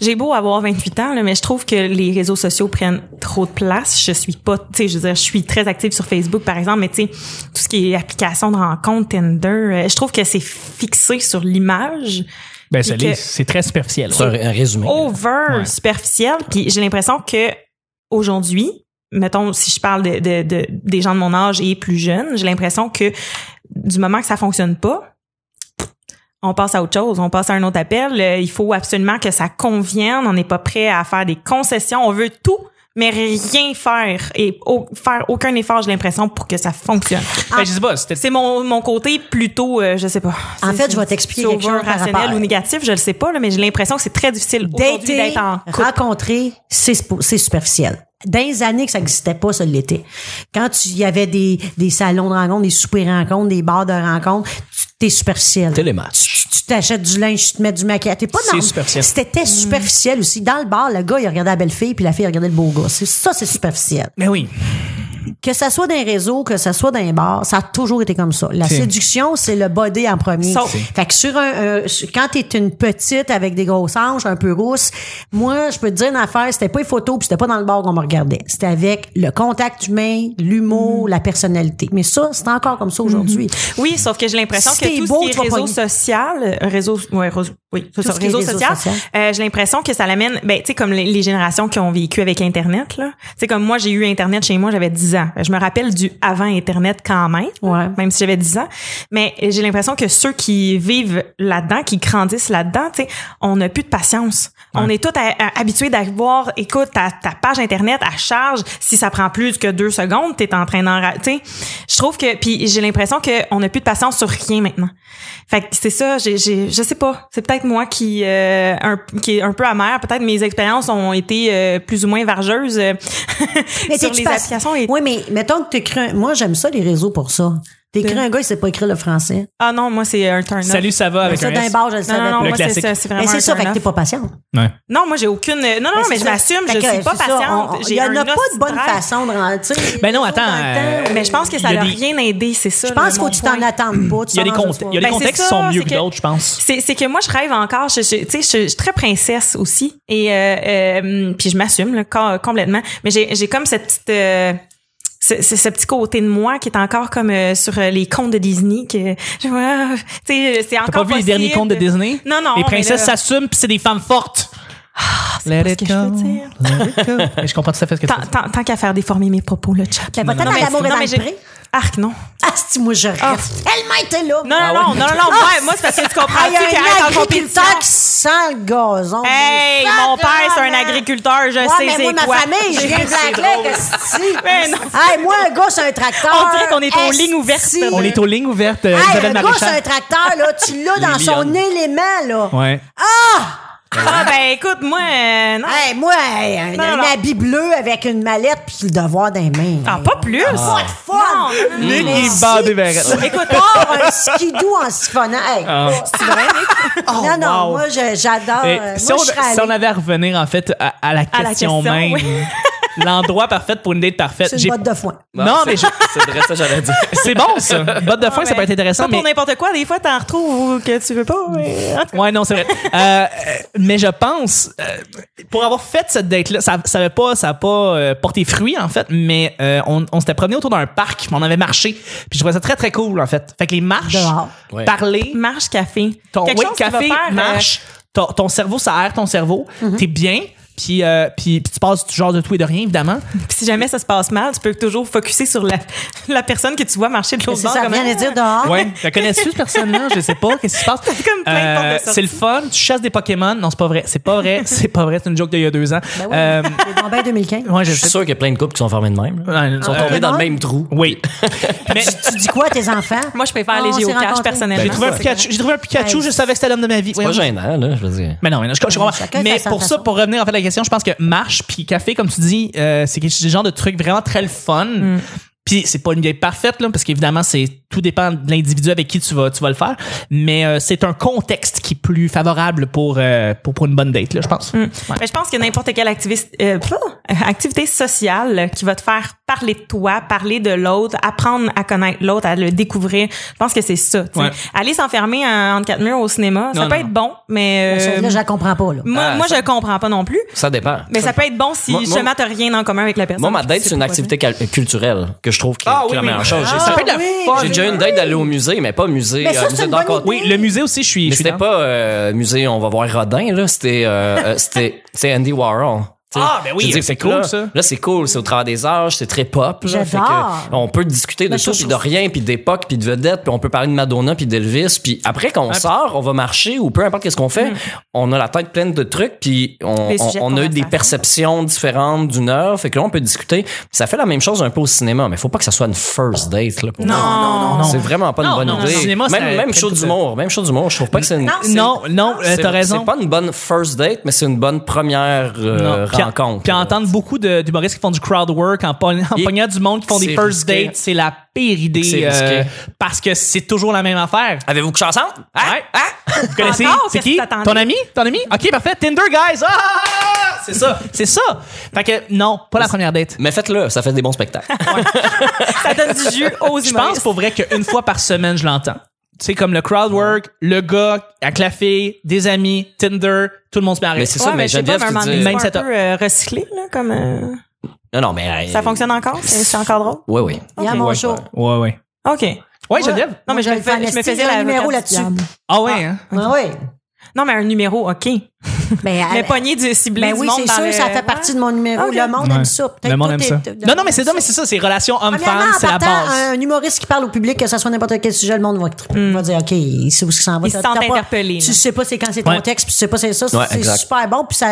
S2: j'ai beau avoir 28 ans, là, mais je trouve que les réseaux sociaux prennent trop de place. Je suis pas, tu sais, je veux dire, je suis très active sur Facebook, par exemple, mais tu sais, tout ce qui est application de rencontre, Tinder, euh, je trouve que c'est fixé sur l'image.
S1: Ben, ça
S2: Puis
S1: l'est.
S2: que-
S1: c'est très superficiel.
S3: C'est un, un résumé.
S2: over
S1: Ouais.
S2: superficielle. Puis j'ai l'impression que aujourd'hui, mettons, si je parle de, de- de- des gens de mon âge et plus jeunes, j'ai l'impression que du moment que ça fonctionne pas, on passe à autre chose, on passe à un autre appel. Euh, Il faut absolument que ça convienne. On n'est pas prêt à faire des concessions. On veut tout mais rien faire et au- faire aucun effort, j'ai l'impression, pour que ça fonctionne.
S1: Ben, je sais pas, c'était
S2: C'est mon, mon côté plutôt, euh, je sais pas. C'est-
S4: En fait, je
S2: c'est-
S4: vais t'expliquer
S2: c'est
S4: quelque chose par
S2: over-rationnel
S4: rapport à-
S2: ou négatif, je le sais pas, là, mais j'ai l'impression que c'est très difficile aujourd'hui
S4: Dater,
S2: d'être en couple.
S4: rencontrer, c'est spo- c'est superficiel. Dans les années que ça n'existait pas, ça l'était. Quand tu- il y avait des, des salons de rencontre, des soupers rencontres, des bars de rencontres, tu- t'es superficiel.
S3: Télématch.
S4: tu t'achètes du linge, tu te mets du maquillage. T'es pas
S1: C'est
S4: dans-
S1: superficiel.
S2: Hmm.
S4: C'était superficiel aussi. Dans le bar, le gars, il regardait la belle fille, puis la fille, il regardait le beau gars. C'est- Ça, c'est superficiel.
S1: Mais Ben oui.
S2: Ah,
S4: Que ça soit dans les réseaux, que ça soit dans les bars, ça a toujours été comme ça. La
S1: C'est-
S4: séduction, c'est le body en premier.
S2: Sauf-
S4: Fait que sur un, un- sur- quand t'es une petite avec des grosses hanches, un peu rousse, moi, je peux te dire une affaire, c'était pas les photos puis c'était pas dans le bar qu'on me regardait. C'était avec le contact humain, l'humour,
S2: Mm.
S4: la personnalité. Mais ça, c'est encore comme
S2: Mm-hmm.
S4: ça aujourd'hui.
S2: Oui, sauf que j'ai l'impression
S4: Si
S2: que
S4: t'es
S2: tout
S4: beau,
S2: ce
S4: tu
S2: qui
S4: vas
S2: est réseau
S4: pogner.
S2: social, euh, réseau, ouais, réseau- oui, c'est
S4: Tout
S2: ça,
S4: ce qui est
S2: réseau,
S4: réseau
S2: social,
S4: social.
S2: euh, j'ai l'impression que ça l'amène, ben, tu sais, comme les, les générations qui ont vécu avec Internet, là. Tu sais, comme moi, j'ai eu Internet chez moi, j'avais 10 ans. Je me rappelle du avant Internet quand même.
S4: Ouais.
S2: Même si j'avais 10 ans. Mais j'ai l'impression que ceux qui vivent là-dedans, qui grandissent là-dedans, tu sais, on n'a plus de patience. On est tous à- à- habitués d'avoir, écoute, ta, ta page Internet à charge. Si ça prend plus que deux secondes, t'es en train d'en, ra- tu sais. Je trouve que, puis j'ai l'impression qu'on n'a plus de patience sur rien maintenant. Fait que c'est ça, j'ai, j'ai, je sais pas. C'est peut-être moi qui, euh, un, qui est un peu amère. Peut-être mes expériences ont été euh, plus ou moins vargeuses euh, sur
S4: t'es-tu
S2: les
S4: pas-
S2: applications. et-
S4: Oui, mais mettons que t'écris un... Moi, j'aime ça, les réseaux, pour ça. T'écris
S2: De-
S4: un gars, il sait pas écrire le français.
S2: Ah non, moi c'est un turn
S1: Salut, ça va avec
S4: ça,
S1: un
S4: d'un
S1: S.
S4: bar, je le savais
S2: Non, non,
S4: pas.
S2: non,
S1: Le
S2: moi, c'est
S1: classique.
S2: ça, c'est vraiment
S4: Mais
S2: un
S4: Ben, c'est ça, fait que
S2: turn-off.
S4: t'es pas patiente.
S1: Ouais.
S2: Non, moi, j'ai aucune. Non, non,
S4: Ben,
S2: mais
S4: c'est
S2: je
S4: ça.
S2: m'assume,
S4: Fait
S2: je
S4: que,
S2: suis pas
S4: c'est ça, on- on-
S2: patiente.
S4: Il y
S2: J'ai
S4: en a
S2: un
S4: pas
S2: os
S4: de bonne
S2: drive.
S4: façon de rendre. tu sais,
S1: Ben non,
S4: dans le
S1: attends,
S4: temps,
S1: euh,
S2: Mais je pense que ça
S1: Il y a
S2: leur
S1: des-
S2: rien aidé, c'est ça.
S4: Je pense
S2: là,
S4: qu'il faut
S2: mon
S4: que tu
S2: point.
S4: t'en attendes pas. tu
S1: Il y a des,
S4: t'en rends
S1: conte- il y a des
S2: Ben, c'est
S1: contextes qui
S2: ça,
S1: sont mieux
S2: c'est
S1: que,
S2: que-
S1: d'autres, je pense.
S2: C'est, c'est que moi, je rêve encore. Je, je- tu sais, je, je suis très princesse aussi. Et euh, euh, puis je m'assume là, com- complètement. Mais j'ai, j'ai comme cette petite. euh, ce, ce- ce petit côté de moi qui est encore comme euh, sur euh, les contes de Disney que je vois tu sais euh, c'est
S1: T'as pas
S2: encore
S1: vu les
S2: possible.
S1: derniers contes de Disney?
S2: Non, non,
S1: Les
S2: mais
S1: princesses
S2: là- Ah,
S1: s'assument pis c'est des femmes fortes.
S2: c'est pas ce que je veux dire.
S1: Let it go. Mais je comprends tout à fait ce que tu
S2: tant, tant, tant qu'à faire déformer mes propos le chat
S4: Mais peut-être à l'amour
S2: non,
S4: est dans
S2: mais
S4: le
S2: j'ai-
S4: pré.
S2: arc non
S4: Ah, si, moi, je rêve.
S2: Ah.
S4: Tellement était là.
S2: Non, non, non, non, non, non, moi, moi, c'est parce que tu comprends
S4: Ah, il y
S2: tu qu'il arrête
S4: a un
S2: en compétition.
S4: agriculteur qui sent le gazon.
S2: Hey,
S4: Ça,
S2: mon père, c'est un
S4: vraiment.
S2: agriculteur, je
S4: euh, Ouais,
S2: sais,
S4: mais
S2: c'est
S4: moi, ma
S2: quoi.
S4: famille, je viens de la
S2: C'est
S4: clé
S2: drôle.
S4: de Sti.
S2: Mais non.
S4: Hey, moi, un gars, c'est un tracteur.
S2: On dirait qu'on est en
S4: en
S2: ligne ouverte, là.
S1: On est aux lignes ouvertes, euh,
S4: Hey,
S1: Isabelle
S4: le gars, c'est un
S1: Maréchal.
S4: tracteur, là. Tu l'as dans
S3: Les
S4: son
S3: lions.
S4: élément, là.
S1: Ouais.
S2: Ah, ben, écoute, moi, euh, non.
S4: Hey, moi, hey, un,
S2: Non,
S4: un
S2: non.
S4: habit bleu avec une mallette puis le devoir dans les mains.
S2: Ah, pas plus.
S4: Pas de fun!
S2: Non, non,
S1: Nick,
S4: Mais
S1: il
S4: si
S1: bat des verrettes.
S4: tu
S2: Écoute.
S4: pars un skidou en siphonnant. Hey, c'est vrai, Nick?
S2: Oh,
S4: non, non,
S1: wow.
S4: moi, je- j'adore.
S1: Et
S4: euh,
S1: si,
S4: moi,
S1: on,
S4: je serais
S1: si
S4: allée.
S1: on avait à revenir, en fait, à, à la, question
S2: la question,
S1: même,
S2: oui.
S1: l'endroit parfait pour une date parfaite.
S4: C'est
S1: J'ai-
S4: une botte de foin.
S1: Non, mais je-
S3: C'est vrai, ça, j'allais dire.
S1: c'est bon, ça. Botte de foin, ça peut être intéressant,
S2: ben, Pas
S1: mais.
S2: pour n'importe quoi, des fois, t'en retrouves ou que tu veux pas. mais-
S1: Ouais, non, c'est vrai. Euh, euh, mais je pense, euh, pour avoir fait cette date-là, ça ça avait pas, ça a pas euh, porté fruit, en fait, mais euh, on, on s'était promené autour d'un parc, mais on avait marché. Puis je trouvais ça très, très cool, en fait. Fait que les marches,
S4: Dehors.
S3: Ouais.
S1: parler,
S2: Marche café.
S1: ton
S2: Quelque
S1: oui,
S2: chose qui va
S1: café,
S2: faire, euh, Mhm.
S1: marche, ton, ton cerveau, ça aère ton cerveau, t'es bien, puis, euh, puis, puis tu passes du genre de tout et de rien, évidemment.
S2: Puis si jamais ça se passe mal, tu peux toujours focuser sur la, la personne que tu vois marcher de l'autre
S4: C'est
S2: bord.
S4: ça,
S2: comme,
S4: vient de dire dehors.
S1: Ouais. La connais-tu, ce personnage? Je sais pas. Qu'est-ce qui se passe?
S2: Ah.
S1: Euh,
S2: comme plein de portes de sortie.
S1: c'est le fun. Tu chasses des Pokémon. Non, c'est pas vrai. C'est pas vrai. C'est pas vrai. C'est une joke d'il y a deux ans.
S4: Ben oui,
S1: Euh,
S4: c'est tombé en 2015.
S1: ouais, je
S3: Je suis
S1: sais.
S3: sûr qu'il y a plein de couples qui sont formés de même. là.
S1: Ouais,
S3: Ils sont
S1: euh,
S3: tombés dans le
S4: Pokémon?
S3: même trou.
S1: oui. Mais
S4: Tu dis quoi à tes enfants?
S2: Moi, je préfère les
S4: Oh, on s'est
S2: géocaches
S4: rencontrés.
S2: personnellement.
S1: j'ai trouvé un
S2: C'est
S1: Pikachu. J'ai trouvé un Pikachu.
S4: Ouais.
S1: Je savais que c'était l'homme de ma vie.
S3: C'est
S1: Ouais.
S3: pas gênant, là, je veux dire.
S1: Mais non, mais non, je, je comprends.
S4: Chacun
S1: mais
S4: fait sa
S1: pour ça,
S4: façon.
S1: pour revenir en fait à la question, je pense que marche puis café, comme tu dis, euh, c'est quelque- des genres de trucs vraiment très le fun.
S4: Mm.
S1: Puis c'est pas une vieille parfaite là, parce qu'évidemment c'est tout dépend de l'individu avec qui tu vas tu vas le faire, mais euh, c'est un contexte qui est plus favorable pour euh, pour, pour une bonne date là, je
S4: Mm.
S1: pense. Ouais.
S2: Ben, je pense que n'importe quelle activiste, euh, pff, activité sociale qui va te faire parler de toi, parler de l'autre, apprendre à connaître l'autre, à le découvrir, je pense que c'est ça. tu sais.
S1: Ouais.
S2: Aller s'enfermer en, entre quatre murs au cinéma, ça
S1: Non,
S2: peut
S1: non.
S2: être bon, mais euh,
S4: Là, Ben, je la comprends pas, là.
S2: moi,
S3: Ah,
S2: moi
S3: ça-
S2: je comprends pas non plus.
S3: Ça dépend.
S2: Mais ça peut être bon si
S3: Moi- moi-
S2: justement t'as rien en commun avec la personne.
S3: Moi, ma date,
S2: Tu sais
S3: c'est une
S2: pourquoi
S3: activité cal- culturelle que je trouve qui est
S1: Ah,
S3: qui est la
S1: oui,
S3: meilleure
S1: oui.
S3: chose. J'ai-
S1: Ça peut être la
S4: oui.
S1: fun.
S3: J'ai déjà eu une date d'aller au musée, mais pas musée.
S4: Mais ça,
S3: euh,
S4: c'est
S3: musée
S4: une bonne
S3: d'encore-
S4: idée.
S1: Oui, le musée aussi, je suis
S3: Mais
S1: je suis
S3: c'était
S1: dans-
S3: pas euh, musée, on va voir Rodin, là. C'était euh, euh, c'était- c'était Andy Warhol. t'sais.
S1: Ah, ben oui,
S3: Je veux dire,
S1: c'est
S3: fait que là-
S1: cool, ça.
S3: Là, c'est cool. C'est au travers des âges, c'est très pop. là.
S4: J'adore.
S3: Fait que on peut discuter de
S4: Mais
S3: tout,
S4: je
S3: puis de rien, puis d'époque, puis de vedettes, puis on peut parler de Madonna, puis d'Elvis. Puis après,
S1: Ah,
S3: quand on sort, on va marcher ou peu importe qu'est-ce qu'on
S1: Hmm.
S3: fait, on a la tête pleine de trucs, puis on,
S2: Des
S3: on-
S2: sujets de
S3: on a eu des
S2: conversation.
S3: perceptions différentes d'une heure. Fait que là, on peut discuter. Ça fait la même chose un peu au cinéma, mais faut pas que ça soit une first date. Là, pour
S2: Non,
S3: moi.
S2: non, non.
S3: C'est vraiment pas une
S1: Non,
S3: bonne
S1: non, non.
S3: idée.
S1: Au cinéma, ça
S3: même même
S1: crée
S3: show
S1: une couple de-
S3: d'humour, même show d'humour, je trouve pas que c'est une...
S4: Non,
S1: Non, non, euh,
S3: C'est-
S1: t'as raison.
S3: C'est pas une bonne first date, mais c'est une bonne première euh,
S1: Non. Puis-
S3: rencontre.
S1: Puis entendre beaucoup de- d'humoristes qui font du crowd work en, pogn- en
S3: Et-
S1: pognant du monde qui font des
S3: c'est
S1: first
S3: risqué.
S1: dates, c'est la pire idée euh,
S3: C'est risqué.
S1: parce que c'est toujours la même affaire.
S3: Avez-vous couché ensemble? Hein?
S1: Ouais.
S3: Hein?
S1: Vous connaissez
S2: Encore?
S1: C'est
S2: Qu'est-ce que
S1: qui
S2: t'attendais?
S1: Ton ami Ton ami OK, parfait. Tinder guys. Ah! C'est ça, c'est ça. Fait que non, pas la première date.
S3: Mais faites-le, ça fait des bons spectacles.
S2: Ça donne du jus aux
S1: Je
S2: humoristes.
S1: pense pour vrai qu'une fois par semaine, je l'entends. Tu sais, comme le crowd work, le gars avec la fille, des amis, Tinder, tout le monde se met à rire.
S3: Mais c'est ça, mais
S2: je sais
S3: Geneviève,
S2: pas, mais
S3: tu
S2: un moment
S3: dis-
S2: donné,
S1: Même
S2: c'est un
S1: setup.
S2: peu euh, recyclé, là, comme... euh,
S3: non, non, mais. euh,
S2: Ça fonctionne encore? C'est c'est encore drôle?
S3: Oui, oui.
S4: Il y a mon
S3: Ouais,
S4: show.
S3: ouais.
S1: Ouais, ouais.
S2: OK.
S1: Ouais, Geneviève.
S2: Non, mais je,
S4: Moi,
S2: me fais- je
S4: le
S2: me
S4: fais en
S2: faisais
S4: esti, il y a
S2: la
S4: un numéro
S2: l'avocat du
S4: là-dessus.
S2: diable.
S1: Ah ouais. hein?
S4: Ah oui.
S2: Non, mais un numéro, OK.
S4: Ben,
S2: Mais
S4: elle-
S2: pogner du ciblé
S4: ben
S2: du
S4: oui,
S2: monde
S4: c'est
S2: dans
S4: sûr,
S2: le-
S4: ça fait partie de mon numéro.
S2: Ok.
S4: Le monde
S1: Ouais.
S4: aime ça. Peut-être
S1: Le monde
S4: toi,
S1: aime
S4: t'es-
S1: ça.
S4: t'es-
S1: Non, non, mais c'est ça, mais c'est ça, c'est relation
S4: Premièrement,
S1: homme-femme,
S4: en
S1: c'est la
S4: partant, euh,
S1: base.
S4: Un humoriste qui parle au public, que ce soit n'importe quel sujet, le monde va, va dire OK, il sait où ça s'en va.
S2: Hmm. Ils se
S4: T'as-
S2: sentent
S4: t'as pas-
S2: interpellés,
S4: Tu
S2: là.
S4: sais pas c'est quand c'est ton
S1: Ouais.
S4: texte, puis tu sais pas c'est ça.
S3: Ouais,
S4: c'est
S3: exact.
S4: super bon. Puis ça,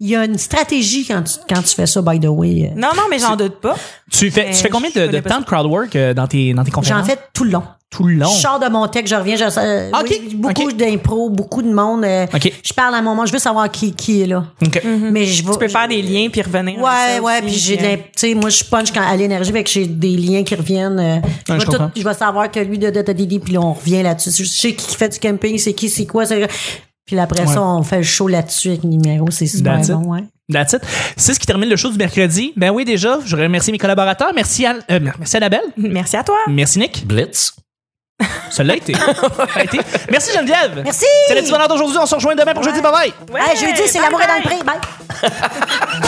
S4: il y a une stratégie quand tu, quand tu fais ça, by the way.
S2: Non, non, mais j'en doute pas.
S1: Tu fais,
S2: Mais
S1: tu fais combien
S2: je
S1: de, de
S2: connais pas
S1: temps de crowd work euh, dans tes, dans tes conférences?
S4: J'en fais tout le long.
S1: tout le long.
S4: Je sors de mon texte, je reviens. Je, euh,
S1: Ok,
S4: oui, beaucoup
S1: ok.
S4: d'impro, beaucoup de monde. euh,
S1: Ok.
S4: Je parle à un moment, je veux savoir qui, qui est là.
S1: Ok.
S4: Mais je vais-
S2: Mhm. Tu peux faire des liens puis revenir. avec
S4: Ouais,
S2: ça
S4: ouais,
S2: aussi,
S4: puis j'ai de
S2: euh,
S4: l'im- tu sais moi je punch quand à l'énergie fait que j'ai des liens qui reviennent euh, je,
S1: Ouais,
S4: vais
S1: je
S4: tout-
S1: comprends.
S4: je vais savoir que lui de de de de- de- puis là on revient là-dessus. Je sais qui fait du camping, c'est qui, c'est quoi, c'est puis là,
S1: Ouais.
S4: après ça on fait le show là-dessus avec numéro, c'est super
S1: That's it.
S4: bon, ouais.
S1: That's it. C'est ce qui termine le show du mercredi. Ben oui, déjà, je remercie mes collaborateurs. Merci, à, euh, merci Annabelle.
S2: Merci à toi.
S1: Merci Nick.
S3: Blitz.
S1: Ça l'a été. Ça a été. Merci Geneviève.
S4: Merci.
S1: C'est le petit bonheur d'aujourd'hui. On se rejoint demain pour jeudi. Bye bye.
S2: Ouais,
S4: Hey, jeudi, c'est
S2: bye
S4: l'amour est dans
S2: bye.
S4: le pré. Bye.